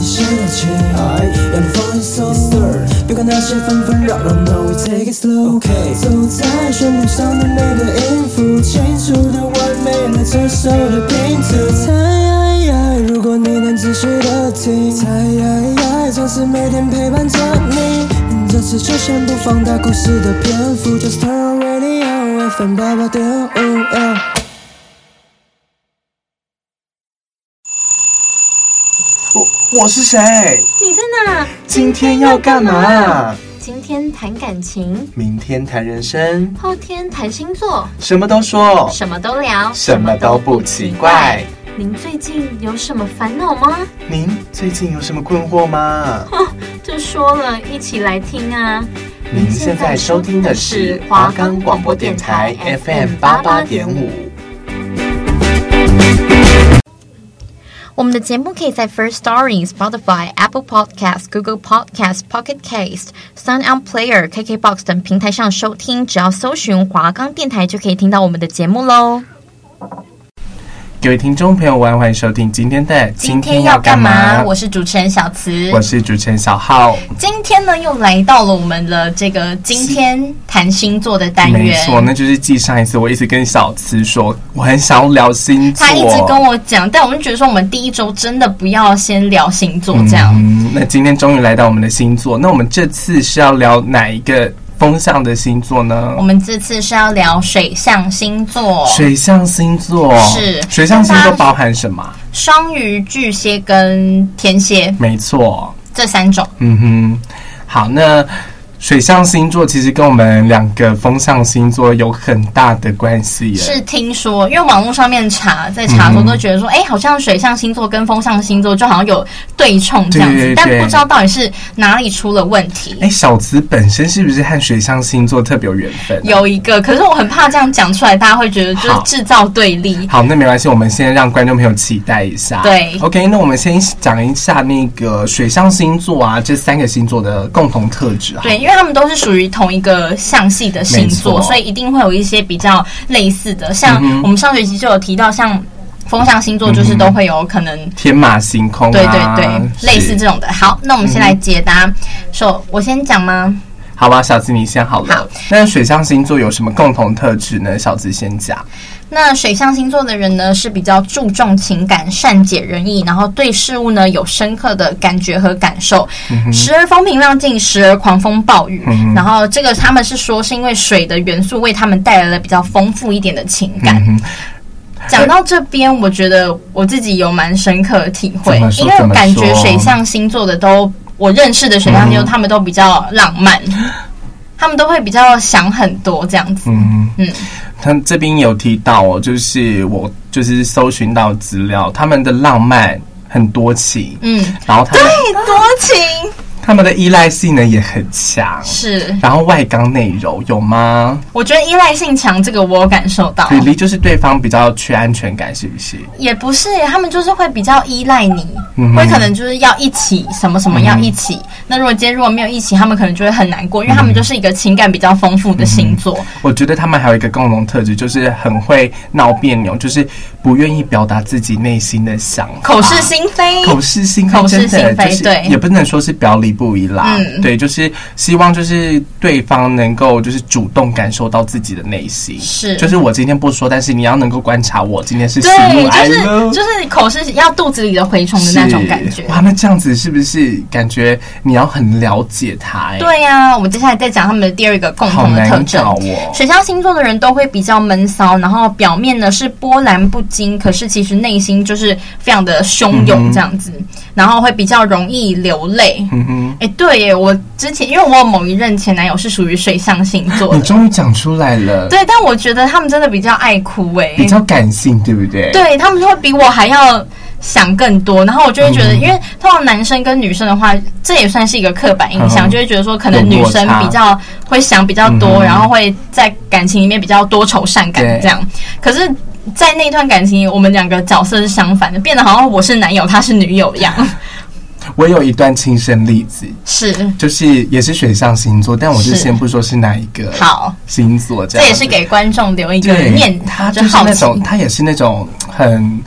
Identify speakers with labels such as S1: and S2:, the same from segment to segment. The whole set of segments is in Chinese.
S1: 情。阳光 falling so slow，别管那些纷纷扰扰，No we take it slow。走在旋律上的每个音符，清楚的完美了这首的拼图。猜，如果你能仔细的听，猜，总是每天陪伴着你。这次就先不放大故事的篇幅，Just turn on radio FM 八八点五。yeah
S2: 我我是谁？
S3: 你在哪？
S2: 今天要干嘛？
S3: 今天谈感情，
S2: 明天谈人生，
S3: 后天谈星座，
S2: 什么都说，
S3: 什么都聊，
S2: 什么都不奇怪。
S3: 您最近有什么烦恼吗？
S2: 您最近有什么困惑吗？
S3: 这说了一起来听啊！
S2: 您现在收听的是华冈广播电台 FM 八八点五。
S3: 我们的节目可以在 First Story、Spotify、Apple Podcast、Google Podcast、Pocket Cast、Sound On Player、KKBox 等平台上收听，只要搜寻华冈电台就可以听到我们的节目喽。
S2: 各位听众朋友们，欢迎收听今天的
S3: 我是主持人小慈，
S2: 我是主持人小浩。
S3: 今天呢，又来到了我们的这个今天谈星座的单
S2: 没
S3: 元。
S2: 错，那就是继上一次，我一直跟小慈说，我很想要聊星座。
S3: 他一直跟我讲，但我就觉得说，我们第一周真的不要先聊星座这样。
S2: 嗯，那今天终于来到我们的星座，那我们这次是要聊哪一个风向的星座呢
S3: 我？们这次是要聊水象星座，
S2: 水象星座
S3: 是
S2: 水象星
S3: 那
S2: 座
S3: 它
S2: 包含什么？
S3: 双鱼、巨蟹跟天蝎
S2: 没错，
S3: 这三种。
S2: 嗯哼，好，那水象星座其实跟我们两个风象星座有很大的关系耶。
S3: 是听说，因为网络上面查，在查的时候
S2: 嗯
S3: 都觉得说，哎、好像水象星座跟风象星座就好像有对冲这样子，
S2: 对对对
S3: 但不知道到底是哪里出了问题。
S2: 哎，小慈本身是不是和水象星座特别有缘分？。
S3: 有一个，可是我很怕这样讲出来，大家会觉得就是
S2: 好
S3: 制造对立。
S2: 好，那没关系，我们先让观众朋友期待一下。
S3: 对
S2: ，OK，那我们先讲一下那个水象星座啊，这三个星座的共同特质。
S3: 对，，因为他们都是属于同一个象系的星座，
S2: 没错
S3: 所以一定会有一些比较类似的。像
S2: 嗯哼
S3: 我们上学期就有提到，像风象星座就是都会有可能，
S2: 天马行空、啊，
S3: 对对对，类似
S2: 是
S3: 这种的。好，那我们先
S2: 嗯
S3: 来解答。首、我先讲吗？
S2: 好吧，小子你先好了。
S3: 好
S2: 那水象星座有什么共同特质呢？小子先讲。
S3: 那水象星座的人呢，是比较注重情感、善解人意，然后对事物呢有深刻的感觉和感受，
S2: 嗯
S3: 时而风平浪静，时而狂风暴雨。然后这个他们是说，是因为水的元素为他们带来了比较丰富一点的情感。
S2: 嗯哼，
S3: 讲到这边，我觉得我自己有蛮深刻的体会
S2: 怎么，说
S3: 因为我
S2: 怎么
S3: 感觉
S2: 说
S3: 水象星座的都，我认识的水象星座，他们都比较浪 漫，他们都会比较想很多这样子。
S2: 嗯
S3: 嗯
S2: 嗯，他这边有提到哦，就是我就是搜寻到资料，他们的浪漫很多情，
S3: 嗯，
S2: 然后他们
S3: 太多情
S2: 他们的依赖性呢也很强。
S3: 是。
S2: 然后外刚内柔有吗？
S3: 我觉得依赖性强，这个我有感受到
S2: 比，例就是对方比较缺安全感，是不是？
S3: 也不是耶，他们就是会比较依赖你，
S2: 嗯哼嗯
S3: 会可能就是要一起什么什么要一起。那如果今天如果没有一起，他们可能就会很难过，因为他们就是一个情感比较丰富的
S2: 嗯
S3: 星座。
S2: 我觉得他们还有一个共同特质，就是很会闹别扭，就是不愿意表达自己内心的想法，
S3: 口是心非，
S2: 口是心非，
S3: 口是
S2: 真的
S3: 心非
S2: 就是
S3: 对
S2: 也不能说是表里不一啦，
S3: 嗯
S2: 对，就是希望就是对方能够就是主动感受到自己的内心，
S3: 是
S2: 就是我今天不说，但是你要能够观察我今天是喜怒哀
S3: 对，
S2: 乐
S3: 就是。就是口是要肚子里的蛔虫的那种感
S2: 是
S3: 觉。
S2: 哇，那这样子是不是感觉你要很了解他、欸？，
S3: 对呀、我们接下来再讲他们的第二个共
S2: 好
S3: 同的特
S2: 难
S3: 征
S2: 搞。哦。
S3: 水象星座的人都会比较闷骚，然后表面呢是波澜不惊，可是其实内心就是非常的汹涌这样子，然后会比较容易流泪。
S2: 嗯哼，
S3: 哎、对耶，我之前因为我有某一任前男友是属于水象星座
S2: 你
S3: 的，
S2: 终于讲出来了，
S3: 对，但我觉得他们真的比较爱哭哎，
S2: 比较感性，对不对？，
S3: 对他们会比我还要想更多，然后我就会觉
S2: 嗯
S3: 得，因为通常男生跟女生的话，这也算是一个刻板印象，
S2: 嗯
S3: 就会觉得说，可能
S2: 有
S3: 女
S2: 落
S3: 生
S2: 差
S3: 比较会想比较
S2: 嗯
S3: 多，
S2: 哼
S3: 然后会在感情里面比较多愁善感
S2: 对
S3: 这样。可是，在那段感情里，我们两个角色是相反的，变得好像我是男友，他是女友 一样。
S2: 我有一段亲身例子，
S3: 是，
S2: 就是也是水象星座，但我就是先不说是哪一个
S3: 好，
S2: 星座，这
S3: 这
S2: 样
S3: 也
S2: 子
S3: 是给观众留一个
S2: 啊对
S3: 念头，
S2: 他
S3: 就
S2: 就是
S3: 好
S2: 那
S3: 奇。
S2: 种，他也是那种很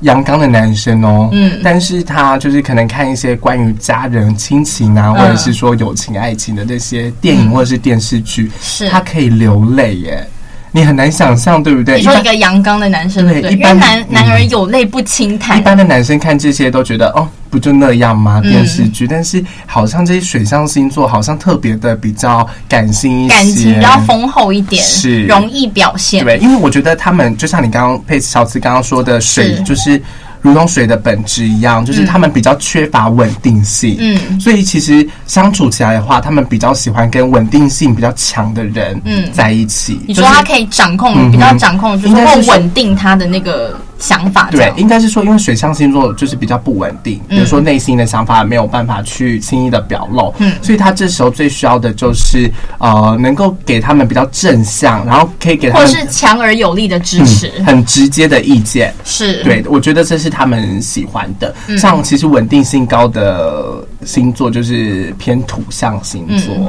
S2: 阳刚的男生哦，
S3: 嗯
S2: 但是他就是可能看一些关于家人、亲情
S3: 嗯
S2: 啊，或者是说友情、爱情的那些电影或者是电视剧，
S3: 是
S2: 他可以流泪耶，你很难想象，对不对？
S3: 你说
S2: 一般
S3: 一个阳刚的男生，
S2: 对
S3: 对不对？
S2: 一
S3: 因为
S2: 般
S3: 男
S2: 嗯
S3: 男儿有泪不轻弹
S2: 一，般的男生看这些都觉得哦，不就那样吗？
S3: 嗯
S2: 电视剧，但是好像这些水象星座好像特别的比较感性一些，
S3: 感情比较丰厚一点，
S2: 是
S3: 容易表现。
S2: 对，因为我觉得他们就像你刚刚佩乔斯刚刚说的，水
S3: 是
S2: 就是如同水的本质一样，就是他们比较缺乏稳定性。
S3: 嗯
S2: 所以其实相处起来的话，他们比较喜欢跟稳定性比较强的人
S3: 嗯
S2: 在一起。
S3: 你
S2: 就
S3: 说
S2: 是
S3: 他可以掌控，
S2: 嗯哼
S3: 比较掌控，就是
S2: 应该是
S3: 会
S2: 说
S3: 稳定他的那个想法，这
S2: 对
S3: 样，
S2: 应该是说，因为水象星座就是比较不稳定，比如说内心的想法没有办法去轻易的表露，
S3: 嗯
S2: 所以他这时候最需要的就是呃，能够给他们比较正向，然后可以给他
S3: 或
S2: 们
S3: 是强而有力的支持，
S2: 嗯很直接的意见。
S3: 是，
S2: 对，我觉得这是他们喜欢的。像其实稳定性高的星座就是偏土象星座。
S3: 嗯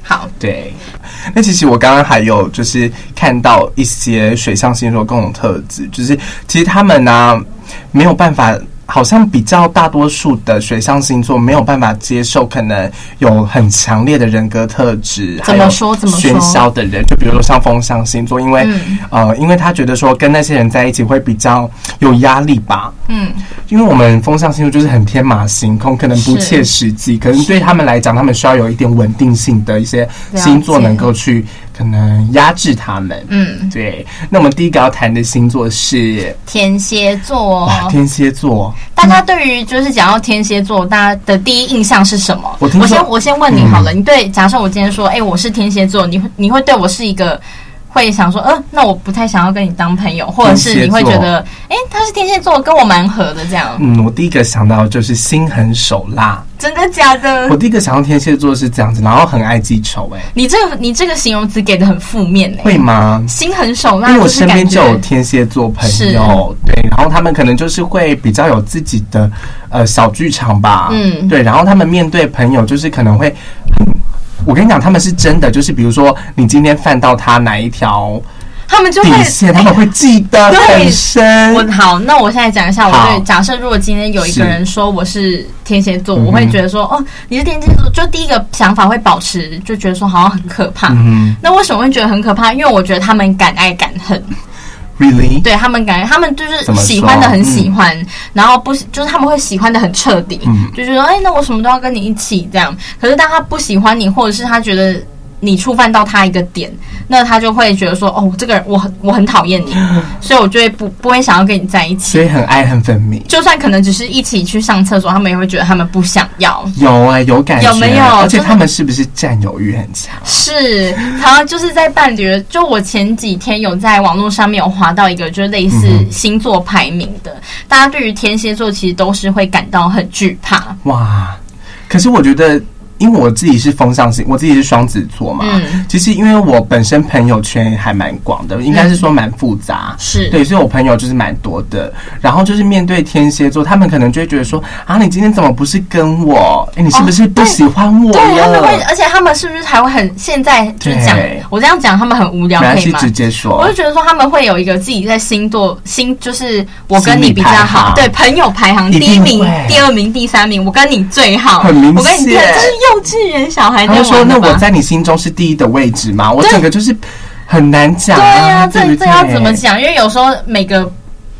S3: 好，
S2: 对，那其实我刚刚还有就是看到一些水象星座共同特质，就是其实他们呢、没有办法，好像比较大多数的水象星座没有办法接受可能有很强烈的人格特质，
S3: 怎么
S2: 还有
S3: 说怎么说嗯
S2: 喧嚣的人，就比如说像风象星座，因为、呃，因为他觉得说跟那些人在一起会比较有压力吧，
S3: 嗯，
S2: 因为我们风象星座就是很天马行空，可能不
S3: 是
S2: 切实际，可能对他们来讲，他们需要有一点稳定性的一些星座
S3: 了解
S2: 能够去可能压制他们。
S3: 嗯，
S2: 对。那我们第一个要谈的星座是
S3: 天蝎座哦，
S2: 哇，天蝎座。
S3: 大家对于就是讲到天蝎座，大家的第一印象是什么？
S2: 我听说嗯
S3: 先我先问你好了，你对假设我今天说，哎、我是天蝎座，你会你会对我是一个会想说，呃，那我不太想要跟你当朋友，或者是你会觉得，哎、他是天蝎座，跟我蛮合的这样，
S2: 嗯，我第一个想到就是心狠手辣。
S3: 真的假的
S2: 我？第一个想到天蝎座是这样子，然后很爱记仇、哎，
S3: 你这个你这个形容词给的很负面呢、
S2: 会吗？
S3: 心狠手辣，
S2: 因为我
S3: 就是
S2: 身边
S3: 感
S2: 就
S3: 觉
S2: 有天蝎座朋友，对，然后他们可能就是会比较有自己的呃小剧场吧，
S3: 嗯
S2: 对，然后他们面对朋友就是可能会，我跟你讲，他们是真的，就是比如说你今天犯到他哪一条
S3: 他们就会
S2: 底线，他们会记得
S3: 哎对
S2: 很深。
S3: 我好，那我现在讲一下，我
S2: 好
S3: 对假设如果今天有一
S2: 是
S3: 个人说我是天蝎座，
S2: 嗯哼
S3: 我会觉得说哦，你是天蝎座，就第一个想法会保持，就觉得说好像很可怕。
S2: 嗯
S3: 那为什么会觉得很可怕？因为我觉得他们敢爱敢恨，
S2: ，really，
S3: 对他们敢，他们就是
S2: 怎么说
S3: 喜欢的很喜欢，然后不喜就是他们会喜欢的很彻底，
S2: 嗯
S3: 就觉得哎、那我什么都要跟你一起这样。可是当他不喜欢你，或者是他觉得你触犯到他一个点，那他就会觉得说哦，这个人我很我很讨厌 你，所以我就会不不会想要跟你在一起。
S2: 所以很爱恨分明。
S3: 就算可能只是一起去上厕所，他们也会觉得他们不想要。
S2: 有哎、有感觉，
S3: 有没有
S2: 而且
S3: 真的
S2: 他们是不是占有欲很强？
S3: 是，然后就是在伴侣，就我前几天有在网络上面有划到一个，就是类似
S2: 嗯哼
S3: 星座排名的，大家对于天蝎座其实都是会感到很惧怕。
S2: 哇！可是我觉得，因为我自己是风象星，我自己是双子座嘛。
S3: 嗯
S2: 其实因为我本身朋友圈还蛮广的，应该是说蛮复杂。
S3: 是
S2: 对，所以我朋友就是蛮多的。然后就是面对天蝎座，他们可能就会觉得说：啊，你今天怎么不是跟我？哎，你是不是不喜欢我
S3: 哦对，他们
S2: 了？
S3: 会，而呃且他们是不是还会很现在就是讲
S2: 对，
S3: 我这样讲他们很无聊，
S2: 没关
S3: 可以
S2: 系，
S3: 吗？
S2: 直接
S3: 我
S2: 说
S3: 就。觉得说他们会有一个自己在星座星，就是我跟你比较好，
S2: 心
S3: 对
S2: 理
S3: 朋友排行第
S2: 一
S3: 一
S2: 定会
S3: 名、第二名、第三名，我跟你最好，
S2: 很明显
S3: 我跟你最这是幼稚园小孩
S2: 他
S3: 在
S2: 们说：
S3: 玩
S2: 那
S3: 的吧
S2: 我在你心中是第一的位置嘛？我
S3: 对
S2: 整个就是很难讲
S3: 对呀、
S2: 啊，
S3: 这
S2: 不
S3: 这要怎么？讲？因为有时候每个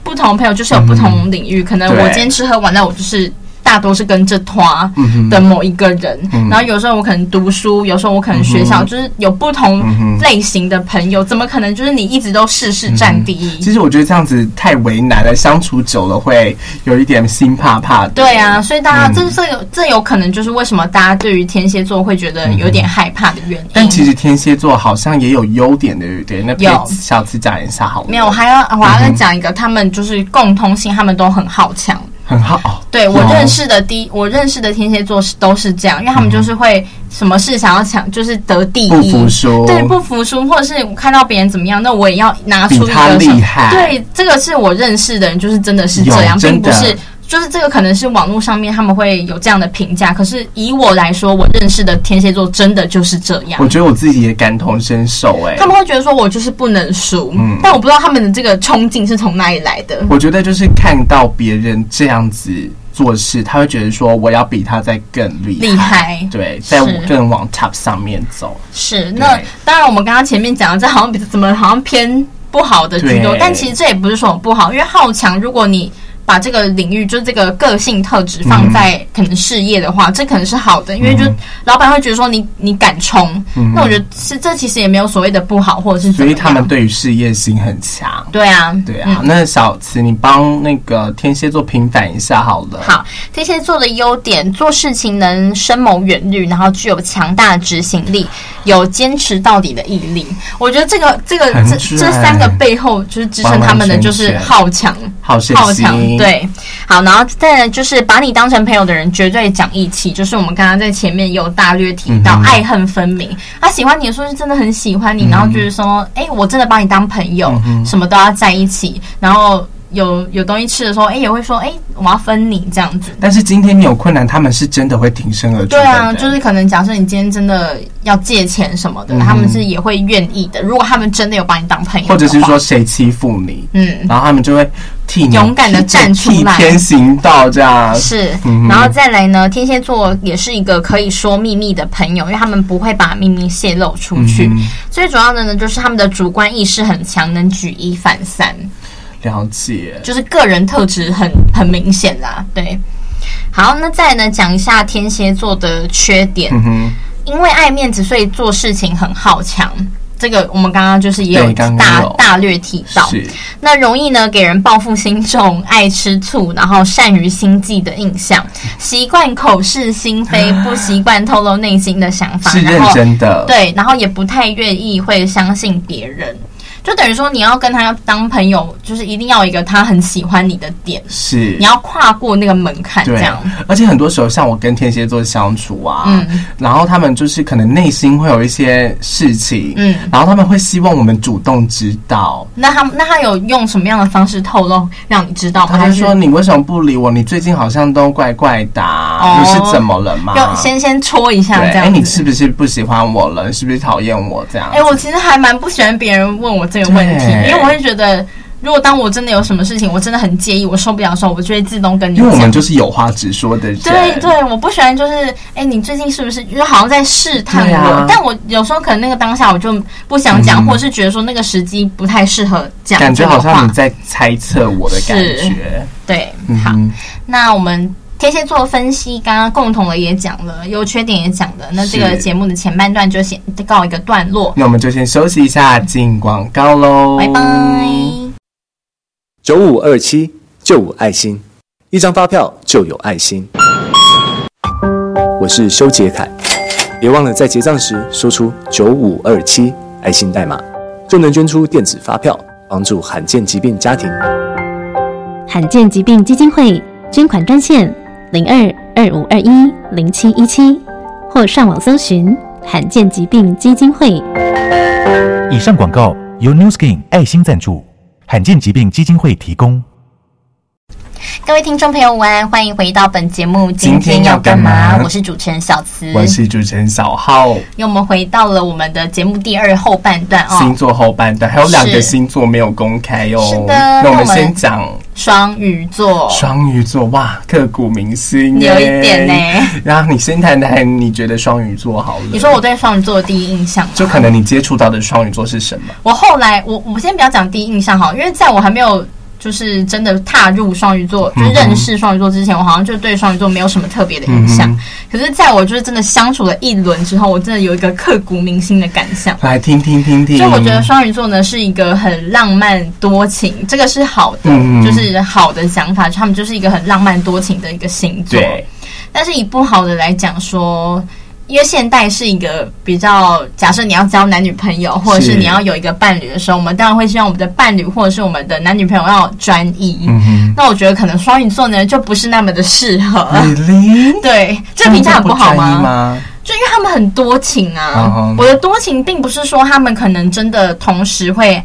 S3: 不同朋友就是有不同领域，可能
S2: 嗯对
S3: 我今天吃喝玩乐，我就是。大多是跟这团
S2: 嗯哼
S3: 的某一个人，
S2: 嗯
S3: 然后有时候我可能读书，有时候我可能学校，就是有不同
S2: 嗯哼
S3: 类型的朋友，怎么可能就是你一直都事事占第一？
S2: 嗯其实我觉得这样子太为难了，相处久了会有一点心怕怕的。
S3: 对啊，所以大家、
S2: 嗯
S3: 这这有这有可能就是为什么大家对于天蝎座会觉得有点害怕的原因。
S2: 嗯但其实天蝎座好像也有优点的，对不对？那
S3: 有
S2: 可以下次讲一下好了。
S3: 没有，我还要我还要再讲一个，他们就是共通性，他们都很好强。
S2: 很好。哦
S3: 对我
S2: 有
S3: 认识的第一我认识的天蝎座是都是这样，因为他们就是会什么事想要抢，就是得第一，
S2: 嗯不服输
S3: 对，不服输，或者是我看到别人怎么样，那我也要拿出一
S2: 比
S3: 个
S2: 他
S3: 什么
S2: 厉害
S3: 对，这个是我认识的人，就是真的是这样，
S2: 有真
S3: 并
S2: 的
S3: 不是就是这个可能是网络上面他们会有这样的评价，可是以我来说，我认识的天蝎座真的就是这样
S2: 我。觉得我自己也感同身受、哎，
S3: 他们会觉得说我就是不能输，但我不知道他们的这个冲劲是从哪里来的。
S2: 嗯我觉得就是看到别人这样子做事，他会觉得说我要比他再更厉
S3: 厉害
S2: 对，在
S3: 是
S2: 更往 top 上面走。
S3: 是，那
S2: 对
S3: 当然我们刚刚前面讲的，这好像比怎么好像偏不好的居多
S2: 对，
S3: 但其实这也不是说不好，因为好强，如果你把这个领域就是这个个性特质放在
S2: 嗯
S3: 可能事业的话，这可能是好的，因为就老板会觉得说你你敢冲，那我觉得是这其实也没有所谓的不好或者是怎
S2: 所
S3: 么
S2: 以
S3: 样
S2: 他们对于事业心很强。
S3: 对啊
S2: 对啊，好那小慈，你帮那个天蝎座平反一下好了。
S3: 好，天蝎座的优点，做事情能深谋远虑，然后具有强大的执行力，有坚持到底的毅力。我觉得这个这个
S2: 很
S3: 这
S2: 帅
S3: 这三个背后，就是支撑他们的就是好强。
S2: 好胜
S3: 好强
S2: 心，，
S3: 对，好，然后再来就是把你当成朋友的人绝对讲义气，就是我们刚刚在前面有大略提到，
S2: 嗯哼
S3: 爱恨分明。他喜欢你的时候是真的很喜欢你，然后就是
S2: 嗯
S3: 说，哎、我真的把你当朋友，什么都要在一起，然后有有东西吃的时候，哎、也会说，哎、我要分你这样子。
S2: 但是今天你有困难，他们是真的会挺身而出的
S3: 对
S2: 人。
S3: 啊，就是可能假设你今天真的要借钱什么的，
S2: 嗯哼
S3: 他们是也会愿意的。如果他们真的有把你当朋友，
S2: 或者是说，谁欺负你，
S3: 嗯，
S2: 然后他们就会替你
S3: 勇敢地站出来
S2: 替天行道这样。
S3: 是
S2: 嗯哼，
S3: 然后再来呢，天蝎座也是一个可以说秘密的朋友，因为他们不会把秘密泄露出去。
S2: 嗯
S3: 最主要的呢，就是他们的主观意识很强，能举一反三，
S2: 了解，
S3: 就是个人特质很很明显啦。对，好，那再来呢，讲一下天蝎座的缺点。
S2: 嗯哼，
S3: 因为爱面子，所以做事情很好强。这个我们刚刚就是也有
S2: 对
S3: 大
S2: 刚刚有
S3: 大略提到，
S2: 是
S3: 那容易呢给人报复心重、爱吃醋，然后善于心计的印象，习惯口是心非，不习惯透露内心的想法，
S2: 是认
S3: 然后
S2: 真的，
S3: 对，然后也不太愿意会相信别人，就等于说你要跟他当朋友，就是一定要有一个他很喜欢你的点，
S2: 是
S3: 你要跨过那个门槛，这
S2: 对啊
S3: 样，
S2: 而且很多时候，像我跟天蝎座相处啊，
S3: 嗯
S2: 然后他们就是可能内心会有一些事情，
S3: 嗯
S2: 然后他们会希望我们主动知道。
S3: 那他那他有用什么样的方式透露让你知道吗？
S2: 他
S3: 还
S2: 就是说：“你为什么不理我？你最近好像都怪怪的啊、
S3: 哦
S2: 你是怎么了吗？”
S3: 就先先戳一
S2: 对，
S3: 下这
S2: 哎、
S3: 样
S2: 你
S3: 子
S2: 是。不是不喜欢我了？你是不是讨厌我这样？
S3: 哎、我其实还蛮不喜欢别人问我这个问题，
S2: 对
S3: 因为我会觉得，如果当我真的有什么事情，我真的很介意，我受不了的时候，我就会自动跟你
S2: 因为我们
S3: 讲。
S2: 就是有话直说的人，
S3: 对对，我不喜欢就是，哎、你最近是不是就是好像在试探
S2: 对
S3: 我？
S2: 啊
S3: 但我有时候可能那个当下我就不想讲，
S2: 嗯
S3: 或者是觉得说那个时机不太适合讲
S2: 感觉
S3: 这个
S2: 好像
S3: 话
S2: 你。在猜测我的感
S3: 是
S2: 觉。
S3: 对，
S2: 嗯
S3: 好，
S2: 哼，
S3: 那我们天蝎座分析刚刚共同的也讲了，优缺点也讲了，那这个
S2: 是
S3: 节目的前半段就先告一个段落，
S2: 那我们就先休息一下，进广告喽，
S3: 拜拜。
S2: 嗯
S4: 九五二七就五爱心，一张发票就有爱心。我是修杰楷，
S2: 嗯
S4: 别忘了在结账时说出九五二七爱心代码，就能捐出电子发票，帮助罕见疾病家庭。
S5: 罕见疾病基金会捐款专线零二二五二一零七一七，或上网搜寻罕见疾病基金会。
S6: 以上广告由 New Skin 爱心赞助，罕见疾病基金会提供。
S3: 各位听众朋友，午安，欢迎回到本节目。
S2: 今天要干嘛
S3: 我是主持人小慈。
S2: 我是主持人小浩。
S3: 因为我们回到了我们的节目第二后半段
S2: 星
S3: 哦，
S2: 座后半段，还有两个
S3: 是
S2: 星座没有公开哦。
S3: 是的
S2: 那我
S3: 那
S2: 们
S3: 我们
S2: 先讲
S3: 双鱼座。
S2: 双鱼座，哇，刻骨铭心
S3: 你
S2: 耶，
S3: 有一点呢
S2: 然后你先谈谈你觉得双鱼座好了。
S3: 你说我对双鱼座的第一印象吗，
S2: 就可能你接触到的双鱼座是什么？
S3: 我后来我我先不要讲第一印象哈，因为在我还没有就是真的踏入双鱼座，
S2: 嗯
S3: 就是认识双鱼座之前，我好像就对双鱼座没有什么特别的印
S2: 嗯
S3: 象。可是在我就是真的相处了一轮之后，我真的有一个刻骨铭心的感想。
S2: 来听听听听。
S3: 就我觉得双鱼座呢是一个很浪漫多情，这个是好的，
S2: 嗯
S3: 就是好的想法，他们就是一个很浪漫多情的一个星座。
S2: 对，
S3: 但是以不好的来讲说。因为现代是一个比较，假设你要交男女朋友，或者是
S2: 是
S3: 你要有一个伴侣的时候，我们当然会希望我们的伴侣或者是我们的男女朋友要专一。
S2: 嗯哼，
S3: 那我觉得可能双鱼座呢就不是那么的适合。
S2: 嗯李
S3: 对，啊这评价很不好吗？
S2: 吗？
S3: 就因为他们很多情啊。
S2: 嗯哼
S3: 我的多情并不是说他们可能真的同时会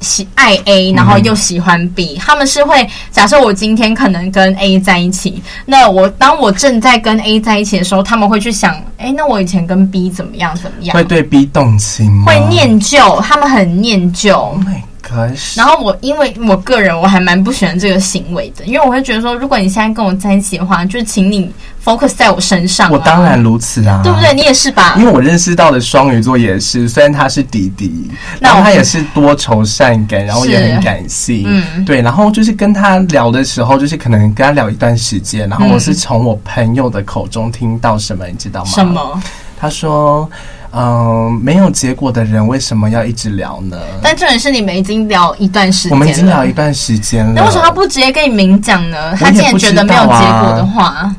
S3: 喜爱
S2: 嗯
S3: A，然后又喜欢 B，、他们是会假设我今天可能跟 A 在一起，那我当我正在跟 A 在一起的时候，他们会去想，哎，那我以前跟 B 怎么样怎么样，
S2: 会对 B 动情吗？
S3: 会。念旧，他们很念旧
S2: Oh。my gosh！
S3: 然后我因为我个人我还蛮不喜欢这个行为的，因为我会觉得说，如果你现在跟我在一起的话，就请你 focus 在我身上、
S2: 我当，然如此啊，
S3: 对不对？？你也是吧
S2: 因？为我认识到的双鱼座也是，虽然他是弟弟，
S3: 那
S2: 然后
S3: 我
S2: 他也是多愁善感，然后也很感性，
S3: 嗯
S2: 对。然后就是跟他聊的时候，就是可能跟他聊一段时间，然后我是从我朋友的口中听到什么，你知道吗？
S3: 什？么？
S2: 他说，嗯、没有结果的人为什么要一直聊呢？
S3: 但重点是你们已经聊一段时间了，
S2: 我们已经聊一段时间了，
S3: 那为什么他不直接跟你明讲呢？
S2: 啊
S3: 他既然觉得没有结果的话，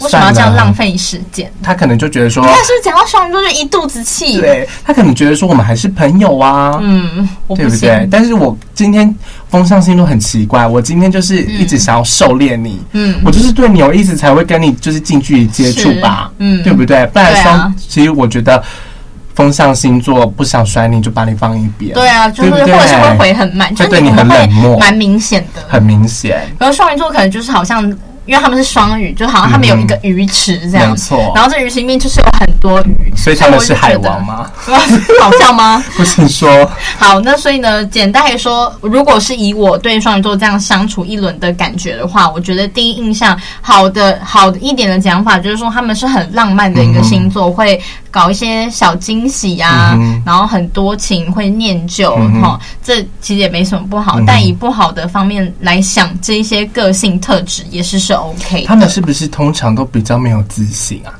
S3: 为什么要这样浪费时间？
S2: 他可能就觉得说
S3: 你，看是不是讲到双鱼座就一肚子气？，
S2: 哦对他可能觉得说我们还是朋友啊，
S3: 嗯，我
S2: 对
S3: 不
S2: 不
S3: 行。
S2: 对？但是我今天风象星座很奇怪，我今天就是一直想要狩猎你，
S3: 嗯
S2: 我就是对你有意思才会跟你就是近距离接触吧
S3: 是，嗯
S2: 对不对？不然
S3: 对啊
S2: 双，其实我觉得风象星座不想甩你就把你放一边，
S3: 对啊，就是
S2: 对不对
S3: 或者是会回很慢，就
S2: 会
S3: 是
S2: 对你
S3: 你们
S2: 很冷
S3: 会
S2: 漠
S3: 蛮明显的。
S2: 很明显，
S3: 可是双鱼座可能就是好像，因为他们是双鱼，就好像他们有一个鱼池这样，
S2: 嗯没错
S3: 然后这鱼池里面就是有很多鱼，
S2: 所以他们是海王吗？
S3: 所以哎我就觉得？ 好笑吗？
S2: 不是说
S3: 好，那所以呢，简单来说，如果是以我对双鱼座这样相处一轮的感觉的话，我觉得第一印象好的好的一点的讲法就是说，他们是很浪漫的一个星座，会搞一些小惊喜啊，
S2: 嗯哼
S3: 然后很多情，会念旧
S2: 嗯哼
S3: 哈、这其实也没什么不好。
S2: 嗯哼
S3: 但以不好的方面来想，这一些个性特质也是是 OK 的。
S2: 他们是不是通常都比较没有自信啊？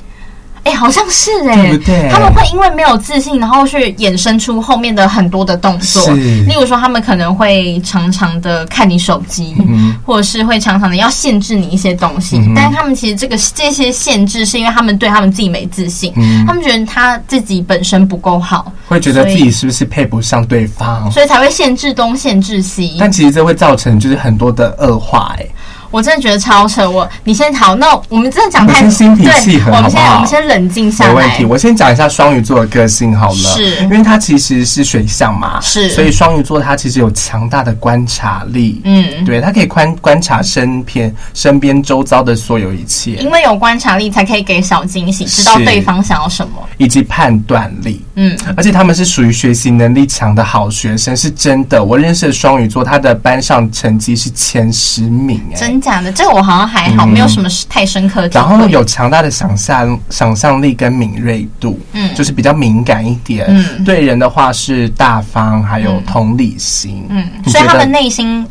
S3: 哎、好像是哎、
S2: 对不对
S3: 他们会因为没有自信，然后去衍生出后面的很多的动作。
S2: 是
S3: 例如说，他们可能会常常的看你手机，
S2: 嗯
S3: 或者是会常常的要限制你一些东西。
S2: 嗯哼
S3: 但是他们其实这个这些限制，是因为他们对他们自己没自信，
S2: 嗯
S3: 他，们觉得他自己本身不够好，
S2: 会觉得
S3: 所
S2: 自
S3: 以
S2: 己是不是配不上对方？
S3: 所以才会限制东限制西。
S2: 但其实这会造成就是很多的恶化、欸，
S3: 我真的觉得超扯。我你先好，那我们真的讲太
S2: 我先心平气和
S3: 对我们
S2: 好不
S3: 先
S2: 好
S3: 我们先冷静下
S2: 没问
S3: 来
S2: 题，。我先讲一下双鱼座的个性好了，
S3: 是
S2: 因为它其实是水象嘛，
S3: 是
S2: 所以双鱼座它其实有强大的观察力，
S3: 嗯
S2: 对，它可以观观察身边身边周遭的所有一切
S3: 因，为有观察力，才可以给小惊喜，知道
S2: 是
S3: 对方想要什么。
S2: 以及判断力，
S3: 嗯，
S2: 而且他们是属于学习能力强的好学生，是真的。我认识的双鱼座，他的班上成绩是前十名、哎，
S3: 真假的，这个我好像还好，
S2: 嗯
S3: 没有什么太深刻的体会。
S2: 然后有强大的想象想象力跟敏锐度，
S3: 嗯
S2: 就是比较敏感一点。
S3: 嗯
S2: 对人的话是大方，还有同理心。
S3: 嗯，
S2: 你
S3: 所以
S2: 觉
S3: 他
S2: 得
S3: 们内心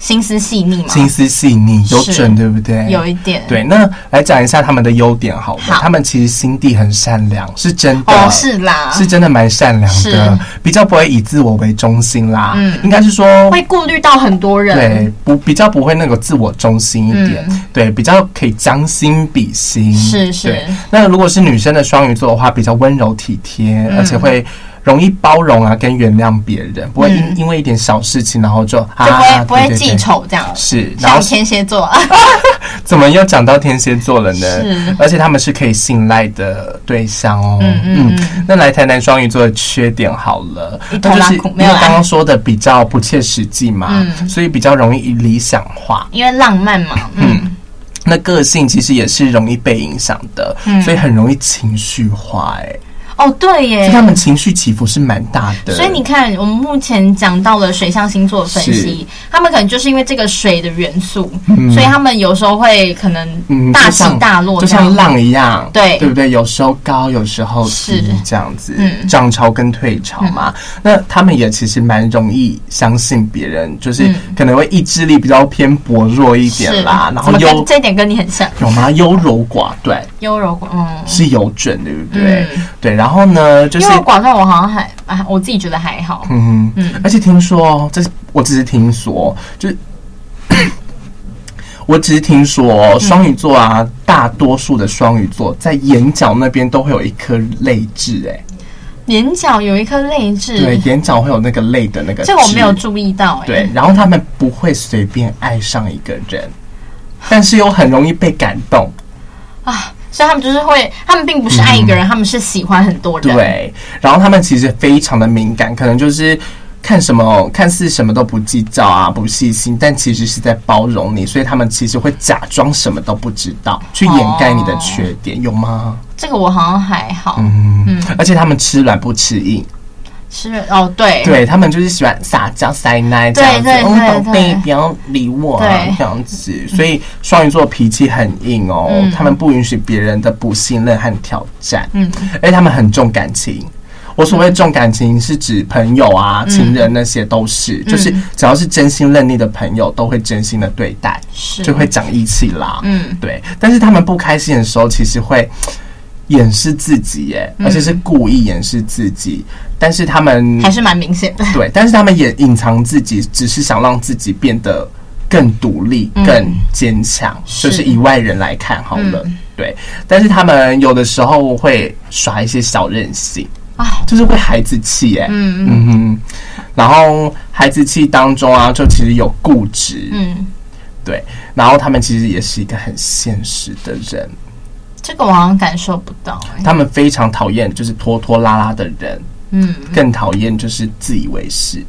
S3: 心思细腻嘛，
S2: 心思细腻，有
S3: 是
S2: 准，对不对？
S3: 有一点。
S2: 对，那来讲一下他们的优点好了。
S3: 好
S2: 他们其实心地很善良，是真的。
S3: 哦，是啦，
S2: 是真的蛮善良的
S3: 是，
S2: 比较不会以自我为中心啦。
S3: 嗯
S2: 应该是说
S3: 会顾虑到很多人
S2: 对，不比较不会那个自我中心一点，
S3: 嗯
S2: 对，比较可以将心比心。
S3: 是是
S2: 对。那如果是女生的双鱼座的话，比较温柔体贴，
S3: 嗯
S2: 而且会容易包容啊，跟原谅别人，不会因、因为一点小事情然后就啊
S3: 就不会
S2: 对
S3: 不会
S2: 对
S3: 记
S2: 对
S3: 仇这样。
S2: 是，然
S3: 像
S2: 后
S3: 天蝎座啊，
S2: 怎么又讲到天蝎座了呢
S3: 是？
S2: 而且他们是可以信赖的对象哦。
S3: 嗯嗯
S2: 那来谈谈双鱼座的缺点好了，
S3: 一
S2: 那
S3: 头
S2: 就
S3: 拉
S2: 是
S3: 苦
S2: 因为
S3: 没有啦
S2: 刚刚说的比较不切实际嘛，
S3: 嗯
S2: 所以比较容易理想化。
S3: 因为浪漫嘛，嗯，
S2: 那个性其实也是容易被影响的，
S3: 嗯
S2: 所以很容易情绪化、欸，
S3: 哦对
S2: 所以他
S3: 耶。
S2: 们情绪起伏是蛮大的。
S3: 所以你看，我们目前讲到了水象星座的分析，他们可能就是因为这个水的元素，所以他们有时候会可能大
S2: 嗯就
S3: 起
S2: 像
S3: 大落
S2: 就
S3: 这
S2: 像
S3: 样。
S2: 浪一样，
S3: 对
S2: 对不对？有时候高，有时候低
S3: 是，
S2: 这样子，
S3: 嗯
S2: 涨潮跟退潮嘛。那他们也其实蛮容易相信别人，就是
S3: 嗯
S2: 可能会意志力比较偏薄弱一
S3: 是
S2: 点啦，然后
S3: 怎么跟
S2: 优
S3: 这一点跟你很像，
S2: 有吗？优柔寡断
S3: 优柔寡嗯，
S2: 是有准，对不对？
S3: 嗯
S2: 对，然后呢，就是
S3: 优柔寡断，我好像还啊，我自己觉得还好。
S2: 嗯
S3: 嗯
S2: 而且听说哦，这是我只是听说，就是 我只是听说哦双鱼座啊，大多数的双鱼座在眼角那边都会有一颗泪痣，哎，
S3: 眼角有一颗泪痣，
S2: 对，眼角会有那个泪的那个，
S3: 嗯这个我没有。注意到、哎，
S2: 对，，然后他们不会随便爱上一个人，但是又很容易被感动。
S3: 所以他们就是会，他们并不是
S2: 嗯
S3: 爱一个人，他们是喜欢很多人，，
S2: 对，然后他们其实非常的敏感，可能就是看什么看似什么都不计较啊，不细心，但其实是在包容你，所以他们其实会假装什么都不知道，去掩盖你的缺点，有吗？
S3: 这个我好像还好，
S2: 嗯，而且他们吃软不吃硬，
S3: 是哦，对
S2: 对他们就是喜欢撒娇塞奶这样子，
S3: 对对
S2: 哦，宝
S3: 对
S2: 贝
S3: 对
S2: 不要理我啊
S3: 对
S2: 这样子，所以双鱼座脾气很硬哦，
S3: 嗯
S2: 他们不允许别人的不信任和挑战，
S3: 嗯，
S2: 而且他们很重感情。我所谓重感情，是指朋友
S3: 嗯
S2: 啊、情人那些都是，就是只要是真心认定的朋友，都会真心的对待，
S3: 是
S2: 就会长义气啦。
S3: 嗯，
S2: 对。但是他们不开心的时候，其实会掩饰自己耶，而且是故意掩饰自己。但是他们
S3: 嗯还是蛮明显的。
S2: 对，但是他们也隐藏自己，只是想让自己变得更独立、更坚强，
S3: 嗯是嗯
S2: 就是以外人来看好了。对，但是他们有的时候会耍一些小任性
S3: 啊
S2: 就是会孩子气哎、嗯嗯哼，然后孩子气当中啊，就其实有固执，
S3: 嗯，
S2: 对，然后他们其实也是一个很现实的人，
S3: 这个我好像感受不到、欸。
S2: 他们非常讨厌就是拖拖拉拉的人，
S3: 嗯，
S2: 更讨厌就是自以为是。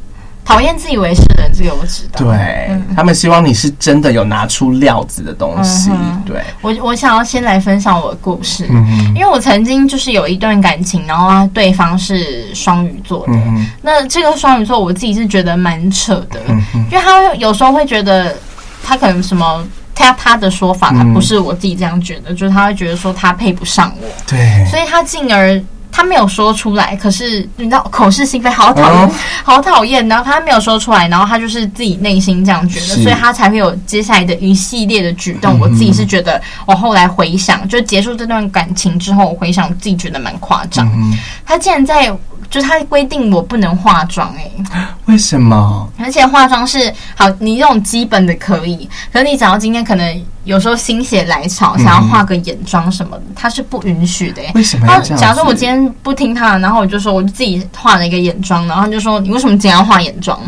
S3: 讨厌自以为是的人，这个我知道。
S2: 对、
S3: 嗯
S2: 他们希望你是真的有拿出料子的东西，
S3: 嗯哼
S2: 对，
S3: 我我想要先来分享我的故事，
S2: 嗯
S3: 因为我曾经就是有一段感情，然后啊对方是双鱼座的。
S2: 嗯哼嗯
S3: 那这个双鱼座我自己是觉得蛮扯的，因为他会有时候会觉得他可能什么。他他的说法，他
S2: 嗯
S3: 不是我自己这样觉得，就是他会觉得说他配不上我，
S2: 对，
S3: 所以他进而他没有说出来，可是你知道口是心非，好讨厌，
S2: 嗯
S3: 好讨厌。然后他没有说出来，然后他就是自己内心这样觉得，
S2: 是
S3: 所以他才会有接下来的一系列的举动。我自己是觉得，我后来回想，就结束这段感情之后，我回想我自己觉得蛮夸张。他竟然在。就是他规定我不能化妆哎、
S2: 为什么？
S3: 而且化妆是好，你这种基本的可以，可是你只要今天可能有时候心血来潮，想要化个眼妆什么的，他是不允许的、欸。
S2: 为什么
S3: 他
S2: 要这样？
S3: 假如说我今，天不听他的，然后我就说我就自己画了一个眼妆，然后他就说你为什么今天要画眼妆？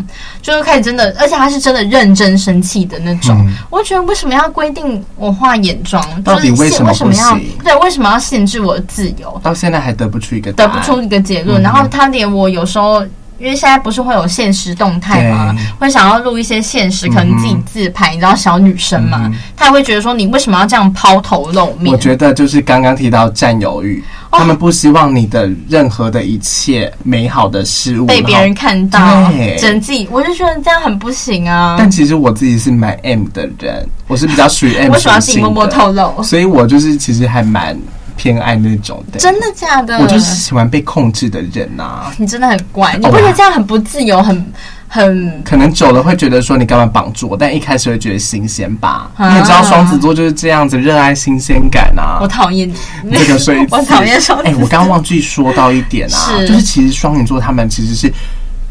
S3: 就是开始真的，而且他是真的认真生气的那种。我就觉得为什么要规定我画眼妆？
S2: 嗯到底
S3: 就是
S2: 为什
S3: 限
S2: 么
S3: 为什么
S2: 不
S3: 要
S2: 行
S3: 对为什么要限制我的自由？
S2: 到现在还得不出一个答
S3: 得
S2: 案，
S3: 不出一个结
S2: 嗯
S3: 论。然后他连我有时候。因为现在不是会有现实动态吗？会想要录一些现实，可能自己自拍，你知道小女生嘛，他也会觉得说你为什么要这样抛头露面？
S2: 嗯我觉得就是刚刚提到占有欲，
S3: 哦
S2: 他们不希望你的任何的一切美好的事物
S3: 被别人。
S2: 然后
S3: 看到
S2: 对，
S3: 整自己，我就觉得这样很不行啊！
S2: 但其实我自己是蛮 M 的人，我是比较属于 M
S3: 为什么要
S2: 属
S3: 自己
S2: 性
S3: 默默
S2: 的
S3: 透露？
S2: 所以我就是其实还蛮偏爱那种的。
S3: 真的假的？
S2: 我就是喜欢被控制的人呐、啊。
S3: 你真的很怪，你
S2: 哦
S3: 不觉得这样很不自由，很很
S2: 可能久了会觉得说你干嘛绑住我，但一开始会觉得新鲜吧。
S3: 啊
S2: 你也知道双子座就是这样子，热爱新鲜感啊
S3: 我。讨厌你，
S2: 这个所以
S3: 我讨厌双
S2: 哎、
S3: 子
S2: 我刚刚忘记说到一点啊，
S3: 是
S2: 就是其实双鱼座他们其实是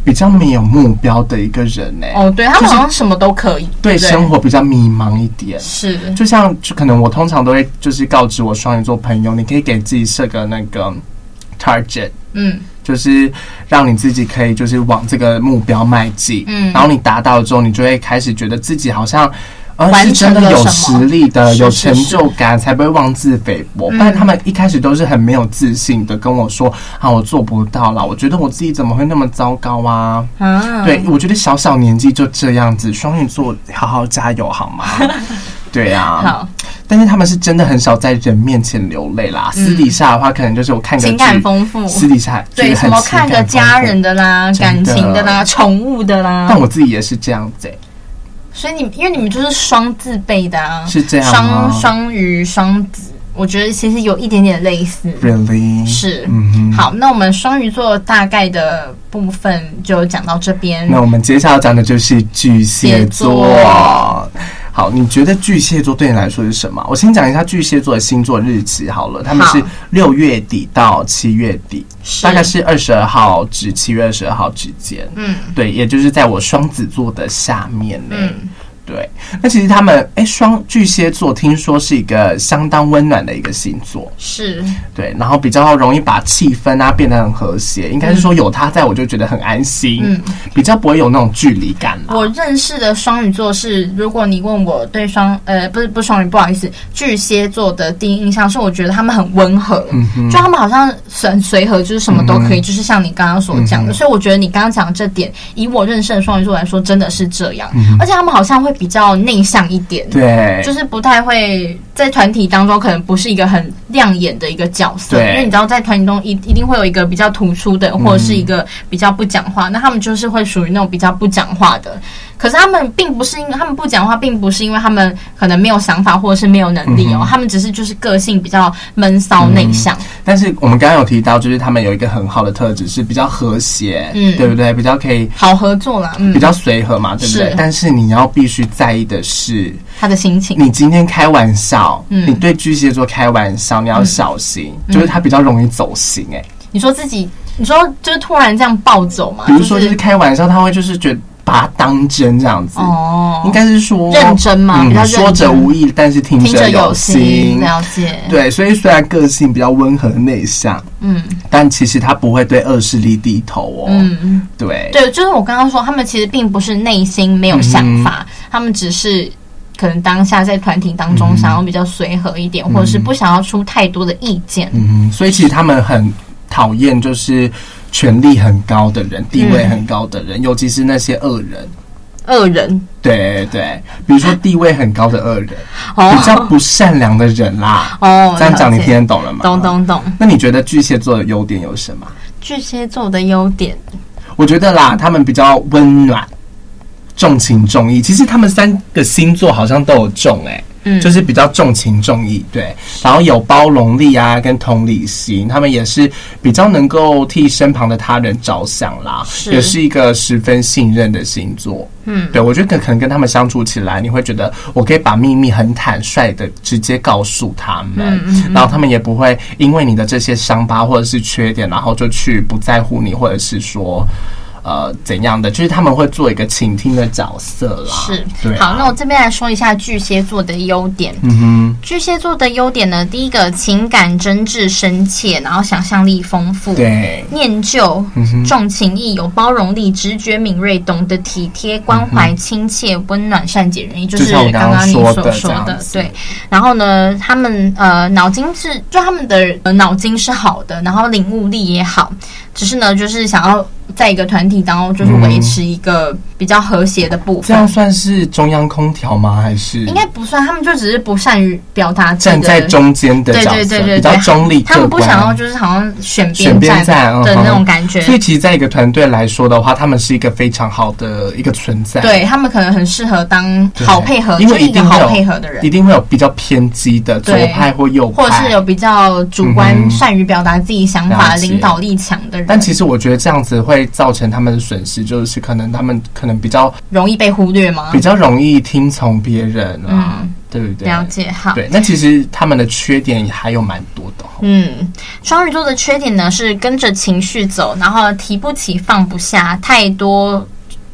S2: 比较没有目标的一个人呢、
S3: 哦，对他们好像什么都可以，
S2: 对
S3: 不
S2: 生活比较迷茫一点。
S3: 是
S2: 就像就可能我通常都会就是告知我双鱼座朋友，你可以给自己设个那个 target，
S3: 嗯
S2: 就是让你自己可以就是往这个目标迈进，
S3: 嗯
S2: 然后你达到了之后，你就会开始觉得自己好像。呃，
S3: 完
S2: 是真
S3: 成了
S2: 的有
S3: 什么
S2: 实力的，
S3: 是
S2: 有
S3: 是嗯
S2: 成就感，才不会妄自菲薄。不然他们一开始都是很没有自信的，跟我说啊，我做不到啦，我觉得我自己怎么会那么糟糕啊？
S3: 啊，
S2: 对，我觉得小小年纪就这样子，双鱼座好好加油好 吗？对啊，
S3: 好，
S2: 但是他们是真的很少在人面前流泪啦，私底下的话，可能就是我看个
S3: 嗯情感
S2: 剧
S3: 丰富
S2: 私底下
S3: 对
S2: 就是
S3: 什
S2: 很
S3: 么
S2: 情
S3: 看个
S2: 感
S3: 家
S2: 丰富
S3: 人。啊的啦，感
S2: 真的
S3: 情的啦，宠物的啦
S2: 但，我自己也是这样子、欸，
S3: 所以你因为你们就是双字辈的啊，
S2: 是这样吗
S3: 双双鱼双子，我觉得其实有一点点类似，
S2: really
S3: 是，
S2: 嗯哼。
S3: 好，那我们双鱼座大概的部分就讲到这边。
S2: 那我们接下来要讲的就是巨蟹座
S3: 蟹座。
S2: 好，你觉得巨蟹座对你来说是什么？我先讲一下巨蟹座的星座日期好了，他们
S3: 好
S2: 是六月底到七月底，
S3: 是
S2: 大概是二十二号至七月二十二号之间。
S3: 嗯，
S2: 对，也就是在我双子座的下面呢、
S3: 嗯
S2: 对，那其实他们哎，双巨蟹座听说是一个相当温暖的一个星座，
S3: 是
S2: 对，然后比较容易把气氛啊变得很和谐，应该
S3: 嗯
S2: 是说有他在我就觉得很安心，嗯，比较不会有那种距离感啦。
S3: 我认识的双鱼座是，如果你问我对双呃不是不是双鱼，不好意思，巨蟹座的第一印象是，我觉得他们很温和，就他们好像很随和，就是什么都可以，就是像你刚刚所讲的。所以我觉得你刚刚讲的这点，以我认识的双鱼座来说，真的是这样，而且他们好像会比较内向一点，
S2: 对，
S3: 就是不太会在团体当中，可能不是一个很亮眼的一个角色，
S2: 对
S3: 因为你知道在团体中一一定会有一个比较突出的，或者是一个比较不讲话，那他们就是会属于那种比较不讲话的。可是他们并不是因为他们不讲话，并不是因为他们可能没有想法或者是没有能
S2: 嗯
S3: 力哦，他们只是就是个性比较闷骚内向，
S2: 但是我们刚刚有提到，就是他们有一个很好的特质是比较和谐，
S3: 嗯
S2: 对不对？比较可以。
S3: 好合作啦，嗯
S2: 比，较随和嘛，对不对
S3: 是？
S2: 但是你要必须在意的是，
S3: 他的心情
S2: 你今天开玩笑，
S3: 嗯
S2: 你对巨蟹座开玩笑，你要小心，就是他比较容易走心、欸。
S3: 你说自己，你说就是突然这样暴走嘛，
S2: 比如说
S3: 哦就
S2: 就是
S3: 是
S2: 开玩笑，他会就是觉得把它当真这样子，
S3: 哦，
S2: 应该是说
S3: 认真吗比较
S2: 嗯，
S3: 认真
S2: 说者无意，但是听
S3: 听
S2: 者
S3: 者有
S2: 心
S3: 心，。了解，
S2: 对，所以虽然个性比较温和内向，
S3: 嗯。
S2: 但其实他不会对恶势力低头哦。
S3: 嗯，
S2: 对，
S3: 对，就是我刚刚说，他们其实并不是内心没有想
S2: 嗯
S3: 法，他们只是可能当下在团体当
S2: 嗯
S3: 中想要比较随和一点，或者是不想要出太多的意见。
S2: 嗯，所以其实他们很讨厌就是权力很高的人，地位很高的
S3: 嗯
S2: 人，尤其是那些恶人。
S3: 恶人
S2: 对对，比如说地位很高的恶人，
S3: 哦
S2: 比较不善良的人啦。
S3: 哦，
S2: 这样讲你
S3: 了解
S2: 听嗯得懂了吗？
S3: 懂。懂懂。
S2: 那你觉得巨蟹座的优点有什么？
S3: 巨蟹座的优点，
S2: 我觉得啦，他们比较温暖，重情重义。其实他们三个星座好像都有重哎、
S3: 嗯，
S2: 就是比较重情重义，对，然后有包容力啊，跟同理心，他们也是比较能够替身旁的他人着想啦，
S3: 是
S2: 也是一个十分信任的星座。
S3: 嗯，
S2: 对我觉得可可能跟他们相处起来，你会觉得哦我可以把秘密很坦率的直接告诉他们，
S3: 嗯
S2: 然后他们也不会因为你的这些伤疤或者是缺点，然后就去不在乎你，或者是说。呃，怎样的？就是他们会做一个倾听的角色啦。
S3: 是
S2: 对、啊。
S3: 好，那我这边来说一下巨蟹座的优点。
S2: 嗯哼，
S3: 巨蟹座的优点呢，第一个情感真挚深切，然后想象力丰富。
S2: 对，
S3: 念旧、
S2: 嗯
S3: 重情义、有包容力、直觉敏锐、懂得体贴、关怀亲切、温暖、善解人意，就是
S2: 嗯就像我刚
S3: 刚
S2: 刚
S3: 你
S2: 说
S3: 所
S2: 的
S3: 说
S2: 这样
S3: 的
S2: 子。
S3: 对，然后呢，他们呃脑筋是，就他们的呃脑筋是好的，然后领悟力也好，只是呢，就是想要在一个团体当中，就是维持一个比较和谐的部
S2: 嗯这
S3: 分。
S2: 样算是中央空调吗？还是
S3: 应该不算，他们就只是不善于表达自己
S2: 站
S3: 的
S2: 在中间的
S3: 对
S2: 角
S3: 对
S2: 色
S3: 对，对
S2: 比较中立客观？
S3: 他们不想要就是好像选
S2: 选边站嗯
S3: 站的那种感觉。
S2: 所以其实，在一个团队来说的话，他们是一个非常好的一个存在。
S3: 对他们可能很适合当
S2: 对。
S3: 好配合，
S2: 因
S3: 就是
S2: 为一
S3: 一个
S2: 定会
S3: 好
S2: 有
S3: 配合的
S2: 一
S3: 人，
S2: 定会有比较偏激的左
S3: 对
S2: 派或右派，
S3: 或者是有比较主观、
S2: 嗯哼
S3: 善于表达自己想法、
S2: 了解
S3: 领导力强的人，
S2: 但其实我觉得这样子会造成他们的损失，就是可能他们可能比较
S3: 容易被忽略吗
S2: 比？较容易听从别人啊，对不对？
S3: 嗯了解好。
S2: 对，那其实他们的缺点还有蛮多的哦。
S3: 嗯，双鱼座的缺点呢是跟着情绪走，然后提不起放不下，太多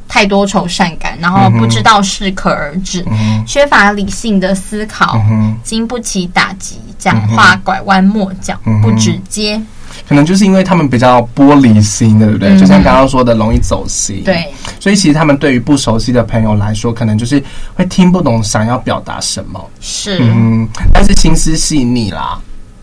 S3: 太多愁善感，然后不知道适可而止，
S2: 嗯
S3: 缺乏理性的思考，
S2: 哼嗯
S3: 经不起打击，讲话拐弯抹角，不直接，
S2: 可能就是因为他们比较玻璃心，对不对？
S3: 嗯
S2: 就像刚刚说的，容易走心。
S3: 对，
S2: 所以其实他们对于不熟悉的朋友来说，可能就是会听不懂想要表达什么。
S3: 是。
S2: 嗯，但是心思细腻啦，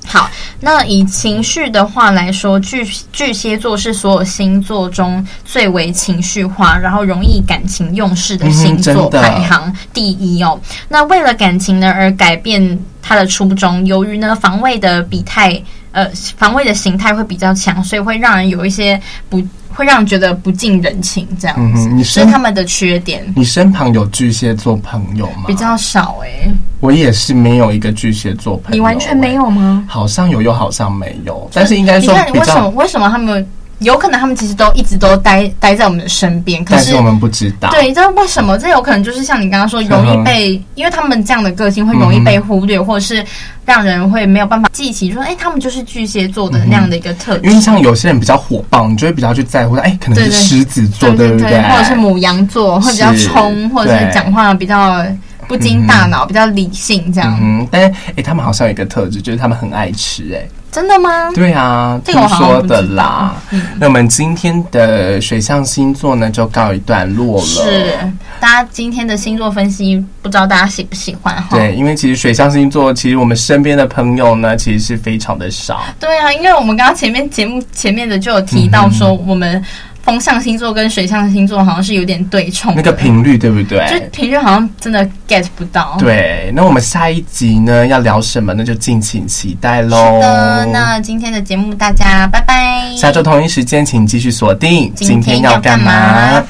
S3: 好，那以情绪的话来说，巨巨蟹座是所有星座中最为情绪化，然后容易感情用事的星
S2: 嗯
S3: 座，
S2: 真的
S3: 排行第一哦。那为了感情呢而改变他的初衷，由于呢防卫的比态。呃，防卫的形态会比较强，所以会让人有一些不会让人觉得不近人情这样子，
S2: 嗯哼你
S3: 这
S2: 身
S3: 是他们的缺点，
S2: 你身旁有巨蟹座朋友吗？
S3: 比较少哎、
S2: 我也是没有一个巨蟹座朋友、
S3: 你完全没有吗？
S2: 欸？好像有，又好像没有，但是应该说
S3: 你看，
S2: 比
S3: 为什么
S2: 较
S3: 为什么他们有可能他们其实都一直都待待在我们的身边，可
S2: 但
S3: 是
S2: 是我们不知道。
S3: 对，这为什么？这有可能就是像你刚刚说，
S2: 嗯
S3: 容易被，因为他们这样的个性会容易被忽略，或者是让人会没有办法记起说，哎、他们就是巨蟹座的那样的一个特质。
S2: 因为像有些人比较火爆，你就会比较去在乎他，哎，可能
S3: 对
S2: 是
S3: 对
S2: 狮子座，
S3: 对
S2: 不对？哎
S3: 或者是母羊座会比较
S2: 是
S3: 冲，或者是
S2: 对
S3: 讲话比较不经大脑，比较理性这样。
S2: 嗯，但是哎，他们好像有一个特质，就是他们很爱吃，哎，
S3: 真的吗？
S2: 对啊，
S3: 嗯这
S2: 听
S3: 个我好
S2: 说
S3: 像不
S2: 的
S3: 知道嗯
S2: 啦。那我们今天的水象星座呢，就告一段落了。
S3: 是，大家今天的星座分析，不知道大家喜不喜欢哈？
S2: 对，因为其实水象星座，其实我们身边的朋友呢，其实是非常的少。
S3: 对啊，因为我们刚刚前面节目前面的就有提到
S2: 嗯
S3: 说，我们风象星座跟水象星座好像是有点对冲
S2: 那
S3: 的，
S2: 个频率对不
S3: 就
S2: 对？
S3: 平均好像真的 get 不到。。
S2: 对，那我们下一集呢要聊什么呢？就敬请期待
S3: 是
S2: 喽。
S3: 的，那今天的节目大家拜拜。
S2: 下周同一时间，请继续锁定。
S3: 今天要干嘛